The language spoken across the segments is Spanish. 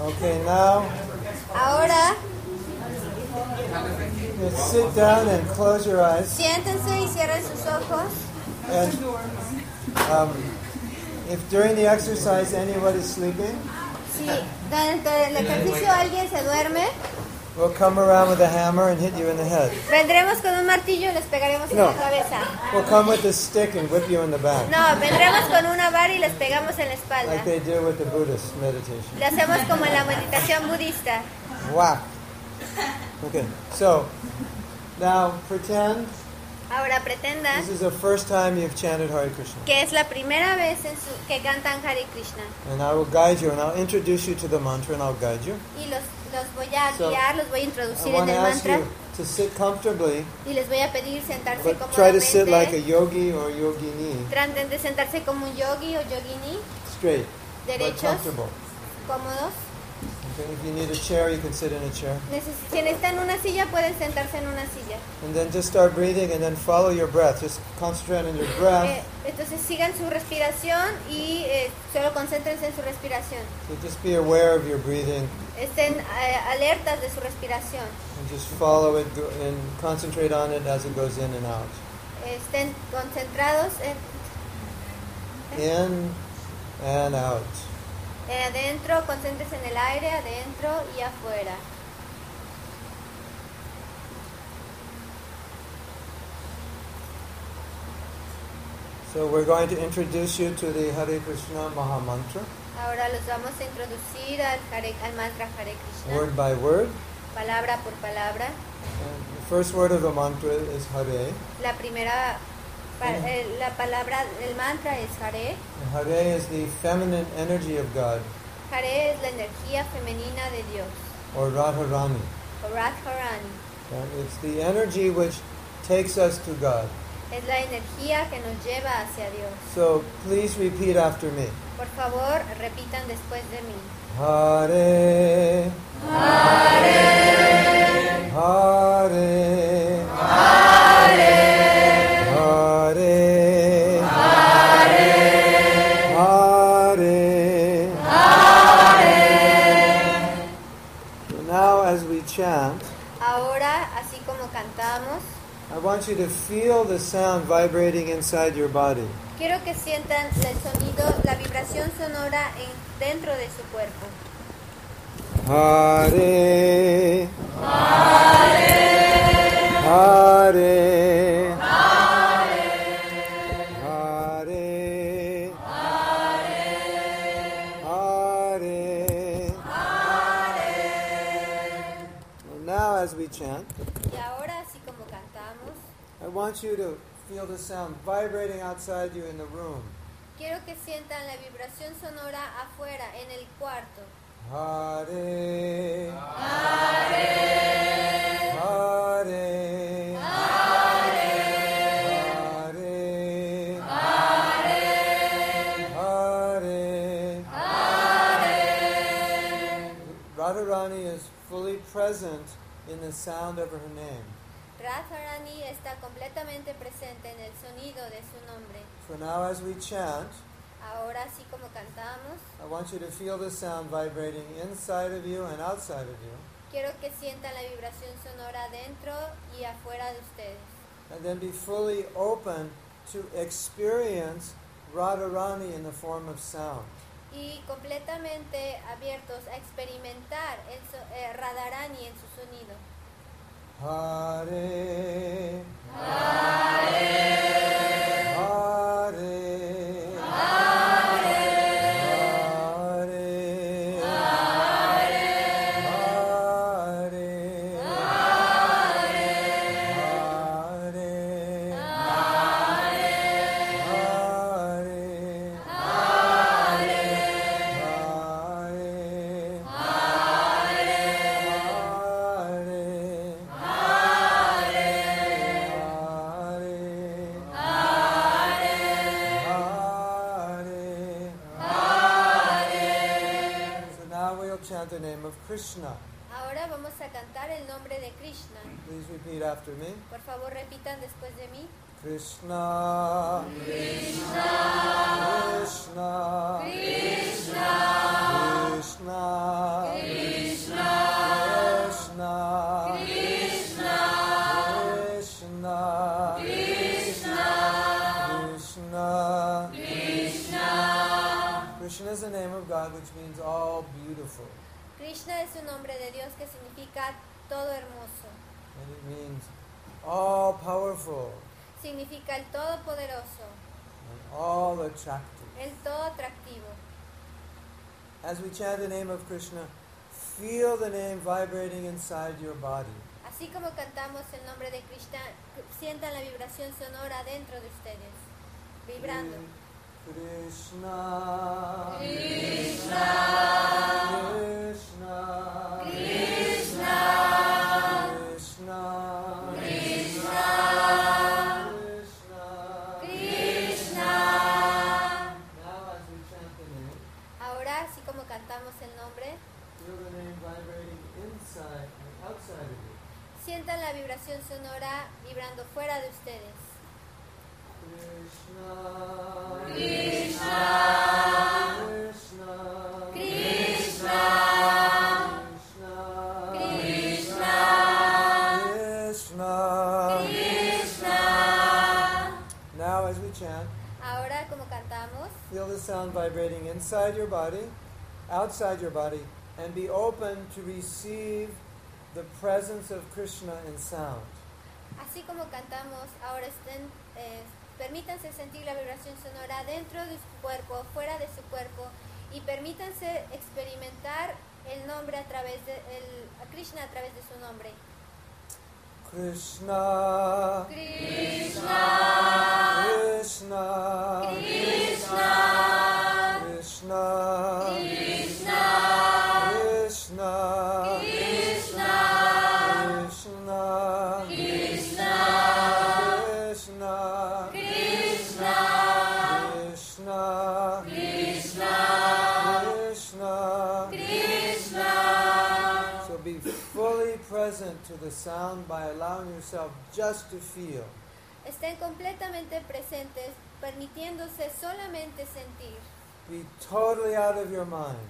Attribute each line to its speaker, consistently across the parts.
Speaker 1: Okay, now
Speaker 2: Ahora
Speaker 1: you sit down and close your eyes.
Speaker 2: siéntense y cierren sus ojos.
Speaker 1: And um, if during the exercise anybody's sleeping,
Speaker 2: Si durante el ejercicio alguien se duerme,
Speaker 1: we'll come around with a hammer and hit you in the head.
Speaker 2: vendremos con un martillo y les pegaremos en
Speaker 1: No.
Speaker 2: la cabeza.
Speaker 1: We'll come with a stick and whip you in the back,
Speaker 2: No, vendremos con una vara y les pegamos en la espalda.
Speaker 1: like they do with the Buddhist meditation.
Speaker 2: Lo hacemos como en la meditación budista.
Speaker 1: Whack. Okay, so now pretend
Speaker 2: Ahora pretendan
Speaker 1: this is the first time you've chanted Hare Krishna.
Speaker 2: que es la primera vez en su- que cantan Hare Krishna.
Speaker 1: And I will guide you and I'll introduce you to the mantra and I'll guide you.
Speaker 2: Y los, los voy a
Speaker 1: So,
Speaker 2: guiar, los voy a
Speaker 1: I
Speaker 2: introducir en
Speaker 1: want to
Speaker 2: el
Speaker 1: ask
Speaker 2: mantra
Speaker 1: you to sit comfortably,
Speaker 2: y les voy a pedir sentarse
Speaker 1: but try to sit like a
Speaker 2: cómodamente.
Speaker 1: yogi or yogini,
Speaker 2: Traten de sentarse como un yogi o yogini,
Speaker 1: straight, but
Speaker 2: derechos,
Speaker 1: comfortable.
Speaker 2: cómodos.
Speaker 1: Okay, if you need a chair, you can sit in a chair.
Speaker 2: Neces- Si necesitan una silla, pueden sentarse en una silla.
Speaker 1: And then just start breathing and then follow your breath. Just concentrate on your
Speaker 2: Eh,
Speaker 1: breath.
Speaker 2: entonces sigan su respiración y eh, solo concéntrense en su respiración.
Speaker 1: So just be aware of your breathing
Speaker 2: Estén eh, alertas de su respiración.
Speaker 1: and just follow it go- and concentrate on it as it goes in and out.
Speaker 2: Estén concentrados en,
Speaker 1: In and out.
Speaker 2: eh, adentro, concéntrense en el aire, adentro y afuera.
Speaker 1: So we're going to introduce you to the Hare Krishna Maha Mantra,
Speaker 2: Ahora los vamos a introducir al, Hare- al mantra Hare Krishna,
Speaker 1: word by word.
Speaker 2: palabra por palabra.
Speaker 1: And the first word of the mantra is Hare.
Speaker 2: La primera, pa- eh, la palabra, el mantra es Hare.
Speaker 1: And Hare is the feminine energy of God,
Speaker 2: Hare es la energía femenina de Dios,
Speaker 1: or Radharani.
Speaker 2: o Radharani.
Speaker 1: And It's the energy which takes us to God.
Speaker 2: Es la energía que nos lleva hacia Dios.
Speaker 1: So please repeat after me.
Speaker 2: Por favor, repitan después de mí.
Speaker 1: Hare. Hare. Hare. Hare. Hare. Hare. So now, as we chant,
Speaker 2: Ahora, así como cantamos,
Speaker 1: I want you to feel the sound vibrating inside your body.
Speaker 2: quiero que sientan el sonido, la vibración sonora en- dentro de su cuerpo.
Speaker 1: Hare. Hare. Hare. Hare. Hare. And now, as we chant,
Speaker 2: Y ahora, así como cantamos,
Speaker 1: I want you to feel the sound vibrating outside you in the room.
Speaker 2: quiero que sientan la vibración sonora afuera, en el cuarto.
Speaker 1: Hare. Hare. Hare. Hare. Hare. Radharani is fully present in the sound of her name.
Speaker 2: Radharani está completamente presente en el sonido de su nombre.
Speaker 1: So now, as we chant,
Speaker 2: Ahora, así como cantamos,
Speaker 1: I want you to feel the sound vibrating inside of you and outside of you,
Speaker 2: quiero que sientan la vibración sonora dentro y afuera de ustedes.
Speaker 1: and then be fully open to experience Radharani in the form of sound.
Speaker 2: y completamente abiertos a experimentar el so- eh, Radharani en su sonido.
Speaker 1: Hare. Hare. Hare. Hare. Hare. Hare. Hare. Hare. Hare. Hare. Hare. So now we'll chant the name of Krishna.
Speaker 2: Ahora vamos a cantar el nombre de Krishna.
Speaker 1: Please repeat after me.
Speaker 2: Por favor repitan después de mí.
Speaker 1: Krishna. Krishna. Krishna. Krishna. Krishna. Krishna. Krishna. Krishna. Krishna. Krishna is the name of God which means all beautiful.
Speaker 2: Krishna es un nombre de Dios que significa todo hermoso.
Speaker 1: And it means all powerful
Speaker 2: Significa el todopoderoso,
Speaker 1: and all attractive.
Speaker 2: el todo atractivo.
Speaker 1: As we chant the name of Krishna, feel the name vibrating inside your body.
Speaker 2: Así como cantamos el nombre de Krishna, sientan la vibración sonora dentro de ustedes, vibrando.
Speaker 1: Krishna. Krishna. Krishna. Krishna. Krishna.
Speaker 2: Krishna.
Speaker 1: Now, as we chant the name,
Speaker 2: Ahora, así como cantamos el nombre,
Speaker 1: feel the name vibrating inside and outside of you.
Speaker 2: sientan la vibración sonora vibrando fuera de ustedes.
Speaker 1: Krishna. Krishna.
Speaker 2: Krishna.
Speaker 1: Krishna.
Speaker 2: Krishna.
Speaker 1: Krishna.
Speaker 2: Krishna.
Speaker 1: Now, as we chant,
Speaker 2: Ahora, como cantamos,
Speaker 1: feel the sound vibrating inside your body, outside your body, and be open to receive the presence of Krishna in sound.
Speaker 2: así como cantamos, ahora estén, eh, permítanse sentir la vibración sonora dentro de su cuerpo, fuera de su cuerpo, y permítanse experimentar el nombre a través de el, a Krishna a través de su nombre.
Speaker 1: Krishna.
Speaker 2: Krishna.
Speaker 1: Krishna.
Speaker 2: Krishna.
Speaker 1: Krishna.
Speaker 2: Krishna.
Speaker 1: Krishna.
Speaker 2: Krishna.
Speaker 1: Krishna.
Speaker 2: Krishna.
Speaker 1: Krishna.
Speaker 2: Krishna.
Speaker 1: Krishna. Krishna.
Speaker 2: Krishna.
Speaker 1: So be fully present to the sound by allowing yourself just to feel.
Speaker 2: Estén completamente presentes, permitiéndose solamente sentir.
Speaker 1: Be totally out of your mind.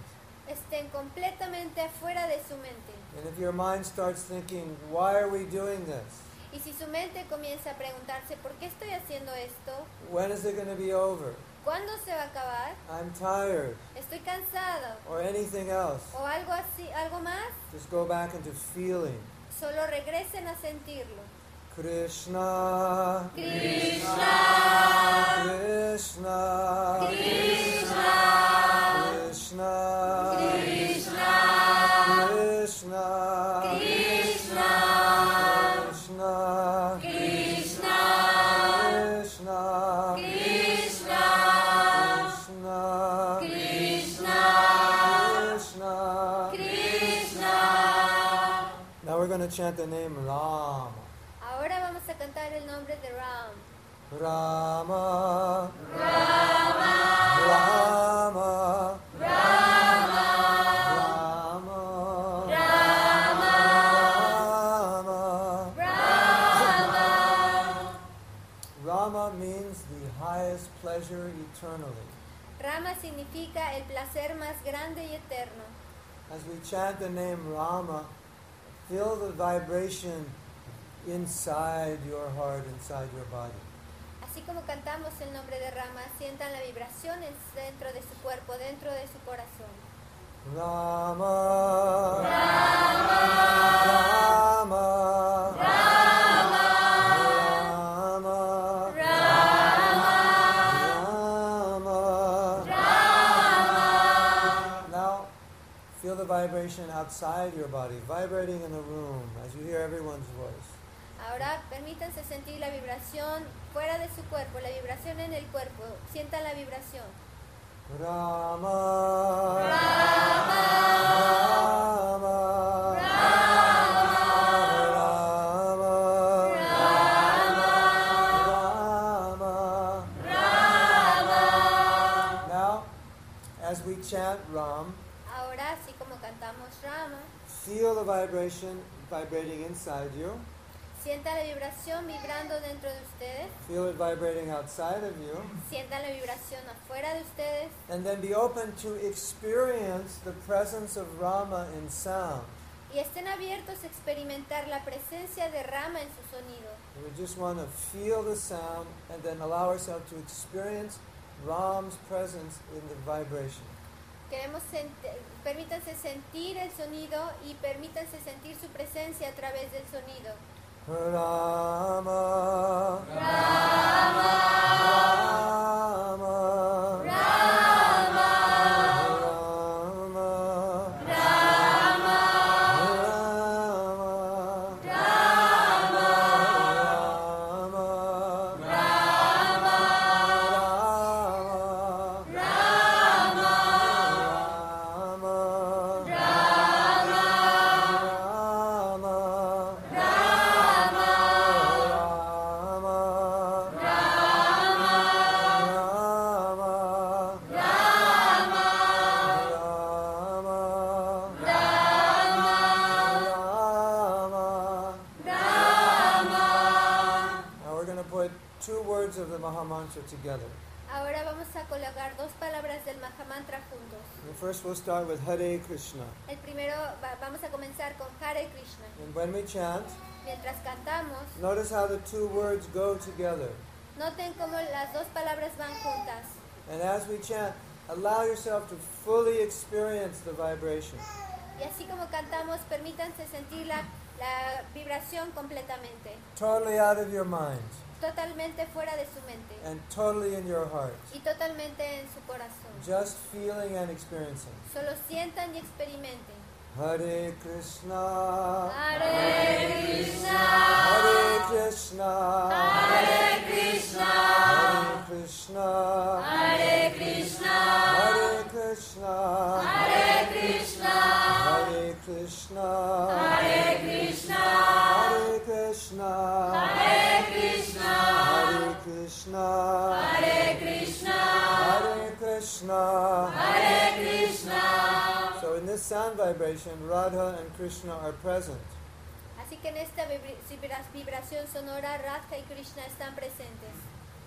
Speaker 2: Estén completamente afuera de su mente.
Speaker 1: And if your mind starts thinking, why are we doing this?
Speaker 2: Y si su mente comienza a preguntarse por qué estoy haciendo esto,
Speaker 1: When is it going to be over?
Speaker 2: cuándo se va a acabar,
Speaker 1: I'm tired.
Speaker 2: estoy cansado
Speaker 1: Or anything else.
Speaker 2: o algo así, algo más,
Speaker 1: Just go back into feeling.
Speaker 2: solo regresen a sentirlo.
Speaker 1: Krishna.
Speaker 2: Krishna,
Speaker 1: Krishna.
Speaker 2: Krishna,
Speaker 1: Krishna.
Speaker 2: Krishna,
Speaker 1: Krishna.
Speaker 2: Krishna,
Speaker 1: Krishna. Krishna.
Speaker 2: Krishna, Krishna,
Speaker 1: Krishna,
Speaker 2: Krishna,
Speaker 1: Krishna.
Speaker 2: Krishna.
Speaker 1: Now we're going to chant the name Rama.
Speaker 2: Ahora vamos a cantar el nombre de Ram.
Speaker 1: Rama. Rama. Rama. Rama. Rama. Rama. Rama means the highest pleasure eternally.
Speaker 2: Rama significa el placer más grande y eterno.
Speaker 1: As we chant the name Rama, feel the vibration inside your heart, inside your body.
Speaker 2: Así como cantamos el nombre de Rama, sientan la vibración en- dentro de su cuerpo, dentro de su corazón.
Speaker 1: Rama. Rama. Rama. Rama. Rama. Now, feel the vibration outside your body, vibrating in the room as you hear everyone's voice.
Speaker 2: Ahora permítanse sentir la vibración fuera de su cuerpo, la vibración en el cuerpo. Sientan la vibración.
Speaker 1: Rama. Rama. Rama. Rama. Now, as we chant Ram,
Speaker 2: Ahora, así como cantamos Rama,
Speaker 1: feel the vibration vibrating inside you.
Speaker 2: Sienta la vibración vibrando dentro de ustedes.
Speaker 1: Feel it vibrating outside of you.
Speaker 2: Sientan la vibración afuera de ustedes.
Speaker 1: And then be open to experience the presence of Rama in sound.
Speaker 2: Y estén abiertos a experimentar la presencia de Rama en su sonido.
Speaker 1: We just want to feel the sound and then allow ourselves to experience Ram's presence in the vibration.
Speaker 2: Queremos sent- permítanse sentir el sonido y permítanse sentir su presencia a través del sonido.
Speaker 1: Rama. Rama. Rama. Rama. Rama. Rama. Rama. Rama. Rama. Rama. Rama. Rama. Rama. Rama. Rama. Now we're going to put two words of the Maha Mantra together.
Speaker 2: Ahora vamos a colocar dos palabras del Mahamantra juntos.
Speaker 1: The first we'll start with Hare Krishna.
Speaker 2: El primero va- vamos a comenzar con Hare Krishna.
Speaker 1: And when we chant,
Speaker 2: Mientras cantamos,
Speaker 1: notice how the two words go together.
Speaker 2: noten cómo las dos palabras van juntas.
Speaker 1: And as we chant, allow yourself to fully experience the vibration.
Speaker 2: Y así como cantamos, permítanse sentir la, la vibración completamente,
Speaker 1: Totally out of your mind
Speaker 2: totalmente fuera de su mente
Speaker 1: and totally in your heart.
Speaker 2: y totalmente en su corazón.
Speaker 1: Just feeling and experiencing.
Speaker 2: Solo sientan y experimenten.
Speaker 1: Hare Krishna,
Speaker 2: Hare Krishna,
Speaker 1: Hare Krishna,
Speaker 2: Hare Krishna,
Speaker 1: Hare Krishna,
Speaker 2: Hare Krishna,
Speaker 1: Hare Krishna,
Speaker 2: Hare Krishna,
Speaker 1: Hare Krishna,
Speaker 2: Hare Krishna,
Speaker 1: Hare Krishna,
Speaker 2: Hare Krishna,
Speaker 1: Hare Krishna,
Speaker 2: Hare Krishna,
Speaker 1: Hare Krishna.
Speaker 2: Hare Krishna.
Speaker 1: So in this sound vibration, Radha and Krishna are present.
Speaker 2: Así que en esta vibri- vibra- vibración sonora, Radha y Krishna están presentes.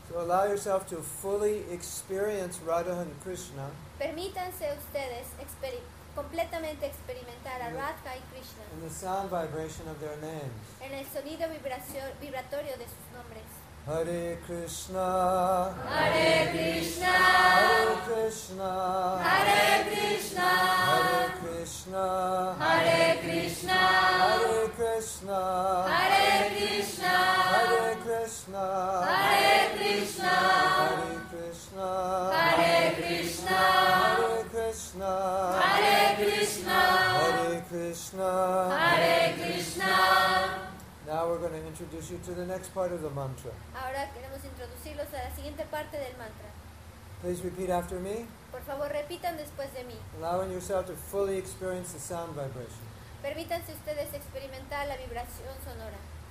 Speaker 1: So allow yourself to fully experience Radha and Krishna
Speaker 2: Permítanse ustedes experi- completamente experimentar a Radha y Krishna
Speaker 1: in the sound vibration of their names.
Speaker 2: en el sonido vibracio- vibratorio de sus nombres.
Speaker 1: Hare Krishna,
Speaker 2: Hare Krishna,
Speaker 1: Hare Krishna,
Speaker 2: Hare Krishna,
Speaker 1: Hare Krishna,
Speaker 2: Hare Krishna,
Speaker 1: Hare Krishna,
Speaker 2: Hare Krishna,
Speaker 1: Hare Krishna,
Speaker 2: Hare
Speaker 1: Hare Krishna,
Speaker 2: Krishna, Hare Krishna,
Speaker 1: Hare Krishna,
Speaker 2: Hare Krishna,
Speaker 1: Hare Krishna.
Speaker 2: Hare Krishna.
Speaker 1: Now we're going to introduce you to the next part of the mantra.
Speaker 2: Ahora queremos introducirlos a la siguiente parte del mantra.
Speaker 1: Please repeat after me,
Speaker 2: Por favor, repitan después de mí.
Speaker 1: allowing yourself to fully experience the sound vibration.
Speaker 2: Permítanse ustedes experimentar la vibración sonora.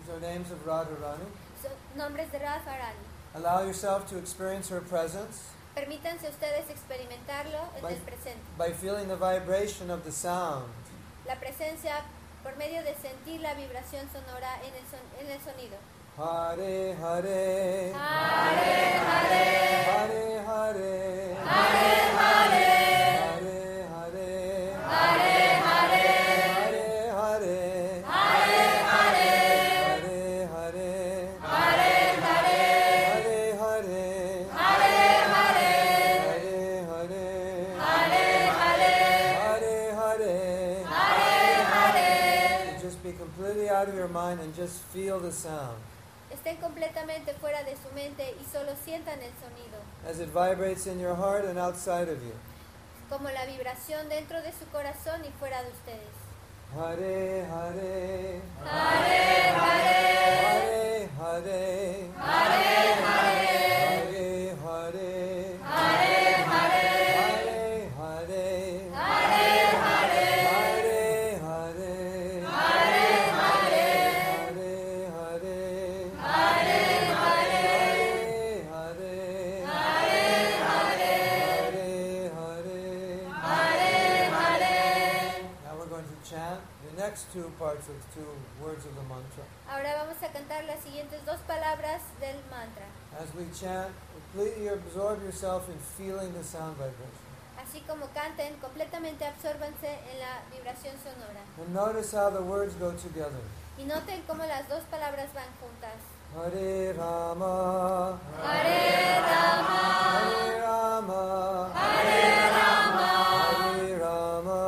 Speaker 1: These are names of Radharani.
Speaker 2: Son nombres de Radha Rani.
Speaker 1: Allow yourself to experience her presence
Speaker 2: Permítanse ustedes experimentarlo en el
Speaker 1: Bye.
Speaker 2: presente.
Speaker 1: by feeling the vibration of the sound.
Speaker 2: La presencia por medio de sentir la vibración sonora en el, son- en el sonido.
Speaker 1: Hare Hare. Hare Hare. Hare Hare. Hare Hare. Hare Hare. Hare Hare. Hare Hare. Hare Hare. Hare Hare. Hare Hare. just feel the sound
Speaker 2: Estén completamente fuera de su mente y solo sientan el sonido,
Speaker 1: as it vibrates in your heart and outside of you.
Speaker 2: como la vibración dentro de su corazón y fuera de ustedes.
Speaker 1: Hare Hare
Speaker 3: Hare Hare
Speaker 1: Hare Hare
Speaker 3: Hare Hare
Speaker 1: Hare
Speaker 3: Hare Hare
Speaker 1: Hare Hare Hare
Speaker 3: Hare Hare
Speaker 1: Hare Hare
Speaker 3: Hare Hare
Speaker 1: Hare Hare
Speaker 3: Hare Hare
Speaker 1: Hare Hare
Speaker 3: Hare Hare
Speaker 1: Hare Hare
Speaker 3: Hare Hare
Speaker 1: Now we're going to chant the next two parts of two words of the mantra.
Speaker 2: Ahora vamos a cantar las siguientes dos palabras del mantra.
Speaker 1: As we chant, completely absorb yourself in feeling the sound vibration.
Speaker 2: Así como canten, completamente absórbanse en la vibración sonora.
Speaker 1: And notice how the words go together.
Speaker 2: Y noten cómo las dos palabras van juntas.
Speaker 1: Hare Rama,
Speaker 3: Hare Rama
Speaker 1: Hare Rama,
Speaker 3: Hare Rama
Speaker 1: Hare Rama,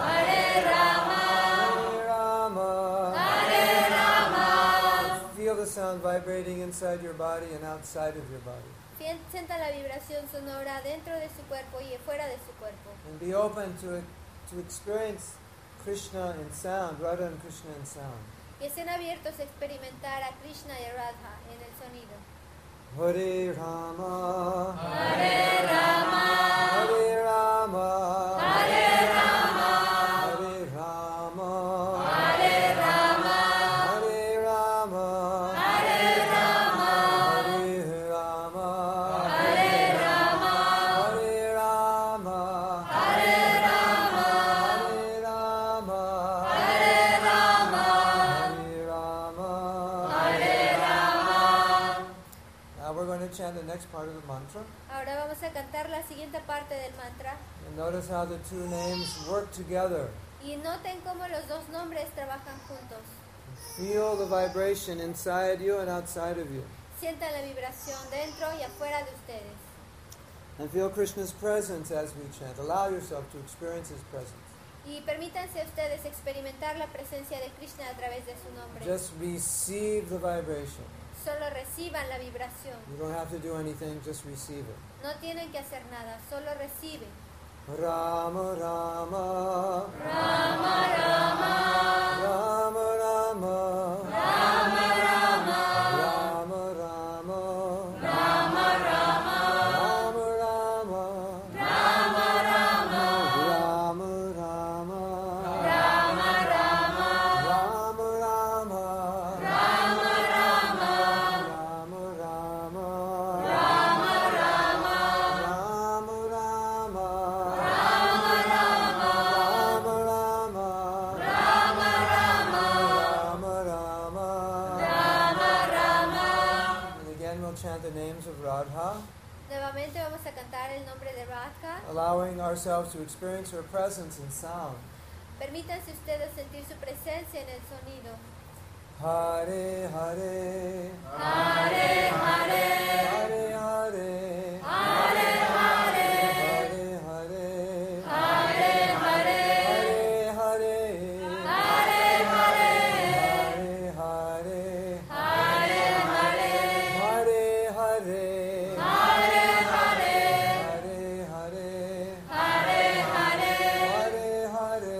Speaker 3: Hare Rama
Speaker 1: Hare Rama.
Speaker 3: Hare Rama
Speaker 1: Feel the sound vibrating inside your body and outside of your body.
Speaker 2: Sien- Sientan la vibración sonora dentro de su cuerpo y fuera de su cuerpo.
Speaker 1: And be open to it, to experience Krishna in sound, Radha and Krishna in sound.
Speaker 2: Y estén abiertos a experimentar a Krishna y a Radha en el sonido.
Speaker 1: Hare Rama,
Speaker 3: Hare Rama
Speaker 1: Hare Rama,
Speaker 3: Hare Rama
Speaker 1: Hare Rama,
Speaker 3: Hare Rama
Speaker 1: Hare Rama,
Speaker 3: Hare Rama
Speaker 1: Hare Rama,
Speaker 3: Hare Rama
Speaker 1: Hare Rama,
Speaker 3: Hare Rama
Speaker 1: Hare Rama,
Speaker 3: Hare Rama
Speaker 1: Hare Rama.
Speaker 3: Hare Rama
Speaker 1: Now we're going to chant the next part of the mantra.
Speaker 2: Ahora vamos a cantar la siguiente parte del mantra.
Speaker 1: And notice how the two names work together.
Speaker 2: Y noten cómo los dos nombres trabajan juntos.
Speaker 1: Feel the vibration inside you and outside of you.
Speaker 2: Sientan la vibración dentro y afuera de ustedes.
Speaker 1: And feel Krishna's presence as we chant. Allow yourself to experience His presence.
Speaker 2: Y permítanse a ustedes experimentar la presencia de Krishna a través de su nombre.
Speaker 1: Just receive the vibration.
Speaker 2: Solo reciban la vibración.
Speaker 1: You don't have to do anything, just receive it.
Speaker 2: No tienen que hacer nada, solo reciben.
Speaker 1: Rama Rama,
Speaker 3: Rama Rama
Speaker 1: Rama Rama,
Speaker 3: Rama Rama
Speaker 1: Rama Rama,
Speaker 3: Rama Rama
Speaker 1: Rama Rama,
Speaker 3: Rama Rama Rama Rama Rama Rama Rama Rama Rama Rama
Speaker 1: Rama Rama. Rama Rama Rama Rama Rama Rama Rama Rama
Speaker 3: Rama Rama
Speaker 1: Rama Rama
Speaker 3: Rama Rama
Speaker 1: And again we'll chant the names of Radha,
Speaker 2: Nuevamente vamos a cantar el nombre de Radha.
Speaker 1: allowing ourselves to experience her presence in sound.
Speaker 2: Permítanse ustedes sentir su presencia en el sonido.
Speaker 1: Hare Hare
Speaker 3: Hare Hare
Speaker 1: Hare Hare
Speaker 3: Hare Hare
Speaker 1: Hare Hare
Speaker 3: Hare Hare
Speaker 1: Hare Hare
Speaker 3: Hare Hare
Speaker 1: Hare Hare
Speaker 3: Hare Hare
Speaker 1: Hare Hare
Speaker 3: Hare Hare
Speaker 1: Hare Hare
Speaker 3: Hare Hare
Speaker 1: Hare Hare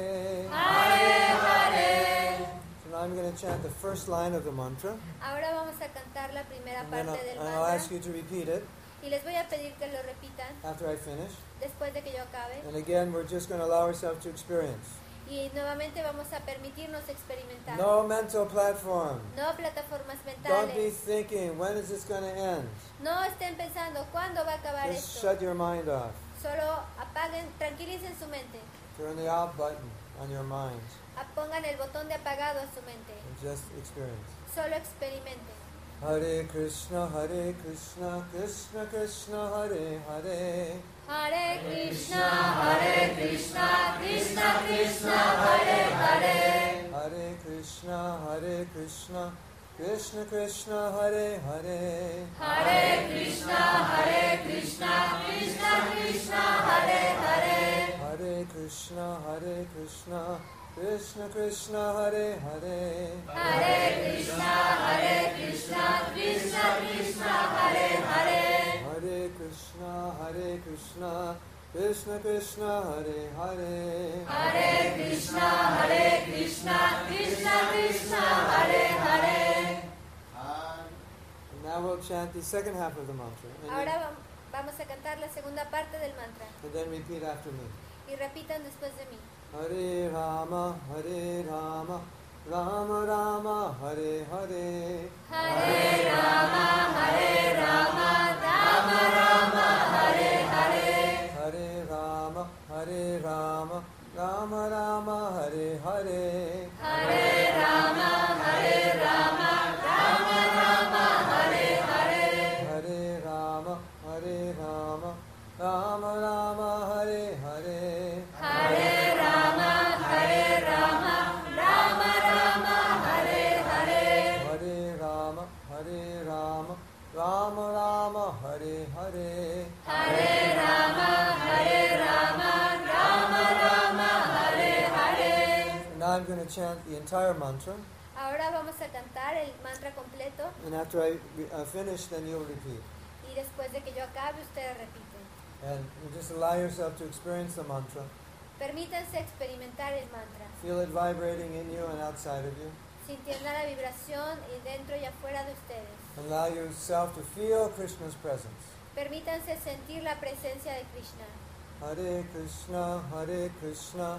Speaker 3: Hare Hare
Speaker 1: So now I'm going to chant the first line of the mantra
Speaker 2: Ahora vamos a cantar la primera
Speaker 1: and then I'll,
Speaker 2: parte del
Speaker 1: and I'll ask
Speaker 2: mantra.
Speaker 1: you to repeat it
Speaker 2: Y les voy a pedir que lo repitan
Speaker 1: after I finish.
Speaker 2: después de que yo acabe.
Speaker 1: And again, we're just going to allow ourselves to experience.
Speaker 2: Y nuevamente vamos a permitirnos experimentar.
Speaker 1: No mental platform.
Speaker 2: No plataformas
Speaker 1: Don't be
Speaker 2: mentales.
Speaker 1: thinking, when is this going to end?
Speaker 2: No estén pensando cuándo va a acabar
Speaker 1: Just
Speaker 2: esto.
Speaker 1: shut your mind off.
Speaker 2: Solo apaguen, tranquilicen su mente.
Speaker 1: Turn the out button on your mind
Speaker 2: Ah, Pongan el botón de apagado a su mente.
Speaker 1: and just experience.
Speaker 2: Solo experimenten.
Speaker 1: Hare Krishna, Hare Krishna, Krishna Krishna, Hare Hare.
Speaker 2: Hare
Speaker 3: Krishna Hare Krishna Krishna Krishna Hare Hare
Speaker 1: Hare Krishna, Hare Krishna, Krishna Krishna, Hare Hare.
Speaker 3: Hare Krishna Hare Krishna Krishna Krishna Hare Hare
Speaker 1: Hare Krishna, Hare Krishna, Krishna Krishna Hare Hare
Speaker 3: हरे कृष्णा हरे कृष्णा कृष्ण कृष्ण हरे हरे
Speaker 1: Hare Krishna Hare Krishna Krishna Krishna Hare
Speaker 3: हरे कृष्णा हरे कृष्णा कृष्ण कृष्ण हरे
Speaker 1: Hare
Speaker 3: हरे
Speaker 1: And now we'll chant the second half of the mantra and,
Speaker 2: Ahora vam- vamos a cantar la segunda parte del mantra
Speaker 1: and then repeat after me.
Speaker 2: y repitan después de mí.
Speaker 1: Hare Rama Hare Rama Rama Rama Hare Hare
Speaker 2: Hare
Speaker 1: Hare Rama Hare Rama Rama Rama Hare Hare Hare Rama Hare Rama Rama Rama Hare Hare
Speaker 3: हरे राम हरे राम राम राम हरे हरे
Speaker 1: Hare Rama Hare Rama Rama Rama Hare Hare
Speaker 3: हरे राम हरे राम राम राम हरे हरे
Speaker 1: And now I'm going to chant the entire mantra
Speaker 2: Ahora vamos a cantar el mantra completo
Speaker 1: and after I re- uh, finish then you'll repeat
Speaker 2: y después de que yo acabe ustedes repiten.
Speaker 1: and you just allow yourself to experience the mantra
Speaker 2: Permítanse experimentar el mantra,
Speaker 1: feel it vibrating in you and outside of you
Speaker 2: sintiendo la vibración y dentro y afuera de ustedes.
Speaker 1: allow yourself to feel Krishna's presence
Speaker 2: Permítanse sentir la presencia de Krishna.
Speaker 1: Hare Krishna, Hare Krishna,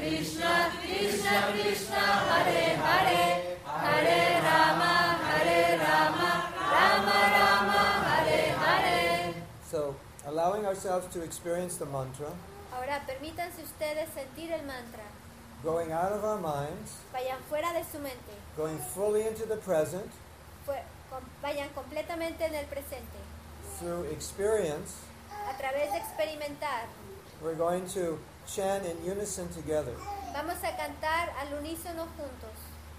Speaker 3: कृष्ण कृष्ण कृष्ण हरे हरे हरे राम हरे राम राम राम हरे हरे
Speaker 1: So, allowing ourselves to experience the mantra,
Speaker 2: Ahora permítanse ustedes sentir el mantra.
Speaker 1: going out of our minds,
Speaker 2: Vayan fuera de su mente.
Speaker 1: going fully into the present
Speaker 2: Fue- com- vayan completamente en el presente.
Speaker 1: through experience,
Speaker 2: A través de experimentar,
Speaker 1: we're going to chant in unison together.
Speaker 2: vamos a cantar al unísono juntos.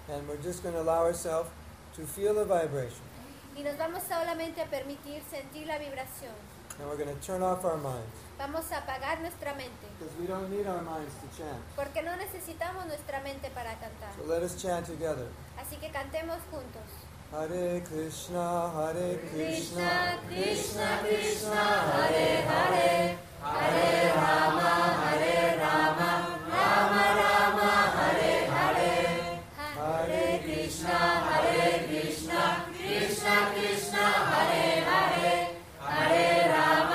Speaker 1: And we're just going to allow ourselves to feel the vibration.
Speaker 2: Y nos vamos solamente a permitir sentir la vibración.
Speaker 1: And we're going to turn off our minds
Speaker 2: Vamos a apagar nuestra mente.
Speaker 1: because we don't need our minds to chant.
Speaker 2: Porque no necesitamos nuestra mente para cantar.
Speaker 1: So let us chant together.
Speaker 2: Así que cantemos juntos.
Speaker 1: Hare Krishna, Hare
Speaker 3: कृष्ण
Speaker 1: Krishna,
Speaker 3: कृष्ण कृष्ण हरे हरे हरे राम हरे राम राम राम हरे हरे हरे कृष्ण हरे कृष्ण कृष्ण कृष्ण हरे हरे हरे राम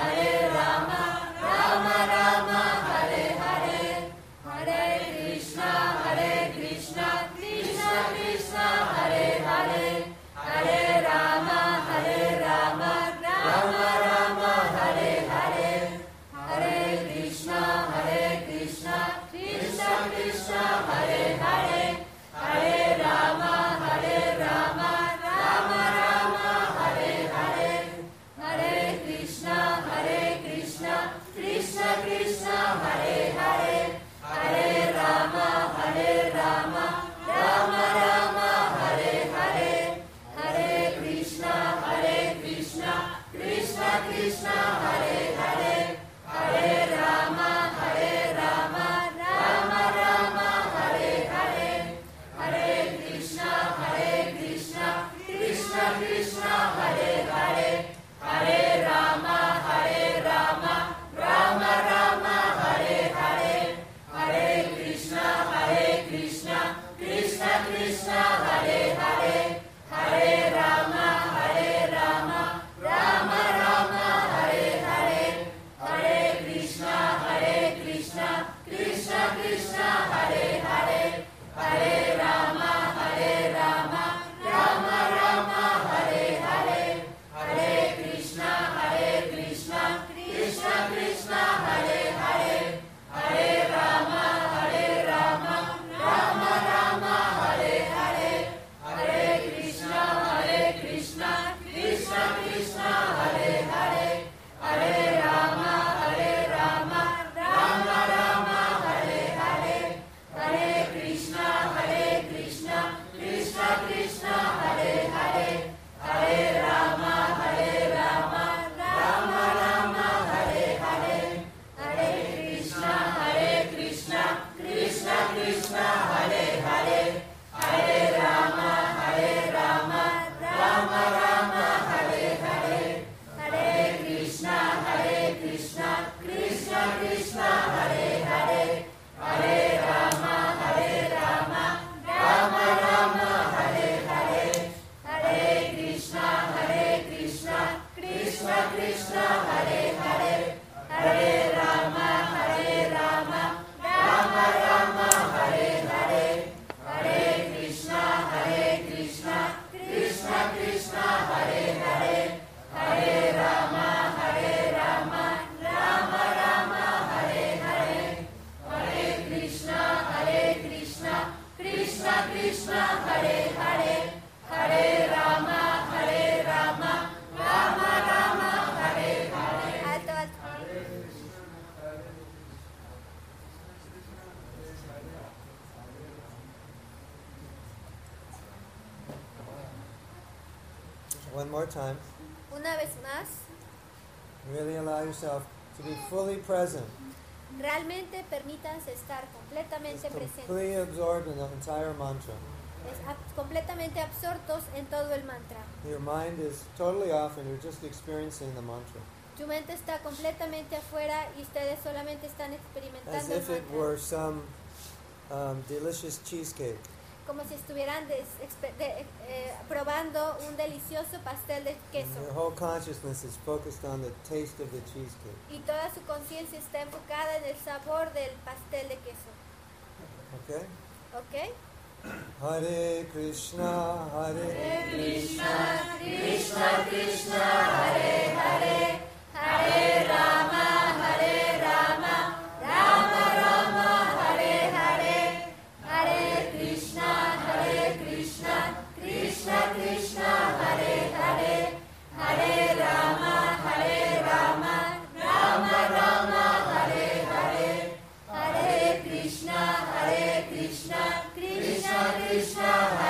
Speaker 3: हरे राम राम राम हरे हरे हरे कृष्ण हरे कृष्ण कृष्ण कृष्ण हरे हरे हरे राम हरे राम राम राम हरे हरे हरे कृष्ण हरे कृष्ण कृष्ण कृष्ण हरे हरे हरे राम हरे राम राम राम हरे हरे हरे कृष्ण हरे कृष्ण कृष्ण कृष्ण हरे हरे हरे राम हरे राम राम राम हरे हरे हरे कृष्ण हरे कृष्ण कृष्ण कृष्ण हरे हरे हरे राम हरे राम राम राम हरे हरे हरे कृष्ण हरे कृष्ण कृष्ण कृष्ण हरे हरे हरे राम हरे राम राम राम हरे हरे Krishna, Krishna Krishna, Hare Hare, Hare Rama, Hare Rama, Rama Rama, Hare Hare, Hare Krishna, Hare Krishna, Krishna Krishna, Hare Hare, Hare Rama, Hare Rama, Rama Rama, Hare Hare, Hare Krishna, Hare Krishna, Krishna Krishna, Hare Hare, Hare Rama, Hare Rama, Rama Rama, Hare Hare, Hare Krishna, Hare Krishna, Krishna Krishna, Hare Hare, Hare Rama, Hare Rama, Rama Rama, Hare Hare, Hare Krishna, Hare Krishna, Krishna Krishna, Hare Hare, Hare Rama, Hare Rama, Rama Rama, Hare Hare, Hare Krishna, Hare Krishna, Krishna Krishna, Hare Hare, Hare Rama, Hare Rama, Rama Rama, Hare Hare, Hare Krishna, Hare Krishna, Krishna Krishna, Hare Hare, Hare Rama, Hare Rama, Rama Rama, Hare Hare, Hare Krishna, Hare Krishna, Krishna Krishna, Hare Hare, Hare Rama, Hare Rama, Rama Rama, Hare Hare, Hare Krishna, Hare Krishna, Krishna Krishna, Hare Hare, Hare Rama, Hare Rama, Rama Rama, Hare Hare.
Speaker 2: Alto, alto.
Speaker 1: One more time.
Speaker 2: Una vez más,
Speaker 1: Really allow yourself to be fully present,
Speaker 2: realmente permítanse estar completamente presentes,
Speaker 1: completely absorbed in the entire mantra.
Speaker 2: es- ab- completamente absortos en todo el mantra.
Speaker 1: Your mind is totally off and you're just experiencing the mantra.
Speaker 2: Tu mente está completamente afuera y ustedes solamente están
Speaker 1: As
Speaker 2: experimentando el
Speaker 1: if it
Speaker 2: mantra.
Speaker 1: were some um, delicious cheesecake.
Speaker 2: como si estuvieran des- expe- de- eh, probando un delicioso pastel de
Speaker 1: Your
Speaker 2: queso
Speaker 1: whole consciousness is focused on the taste of the cheesecake.
Speaker 2: y toda su conciencia está enfocada en el sabor del pastel de queso.
Speaker 1: Okay?
Speaker 2: ¿Ok?
Speaker 1: Hare Krishna, Hare
Speaker 3: Krishna, Krishna Krishna, Hare Hare, Hare Rama, Hare Rama, Rama Rama, Hare Hare, Hare Krishna, Hare Krishna, Krishna Krishna, Hare Hare, Hare Rama, Hare Rama, Rama Rama, Hare Hare, Hare Krishna, Hare Krishna, Krishna Krishna, Hare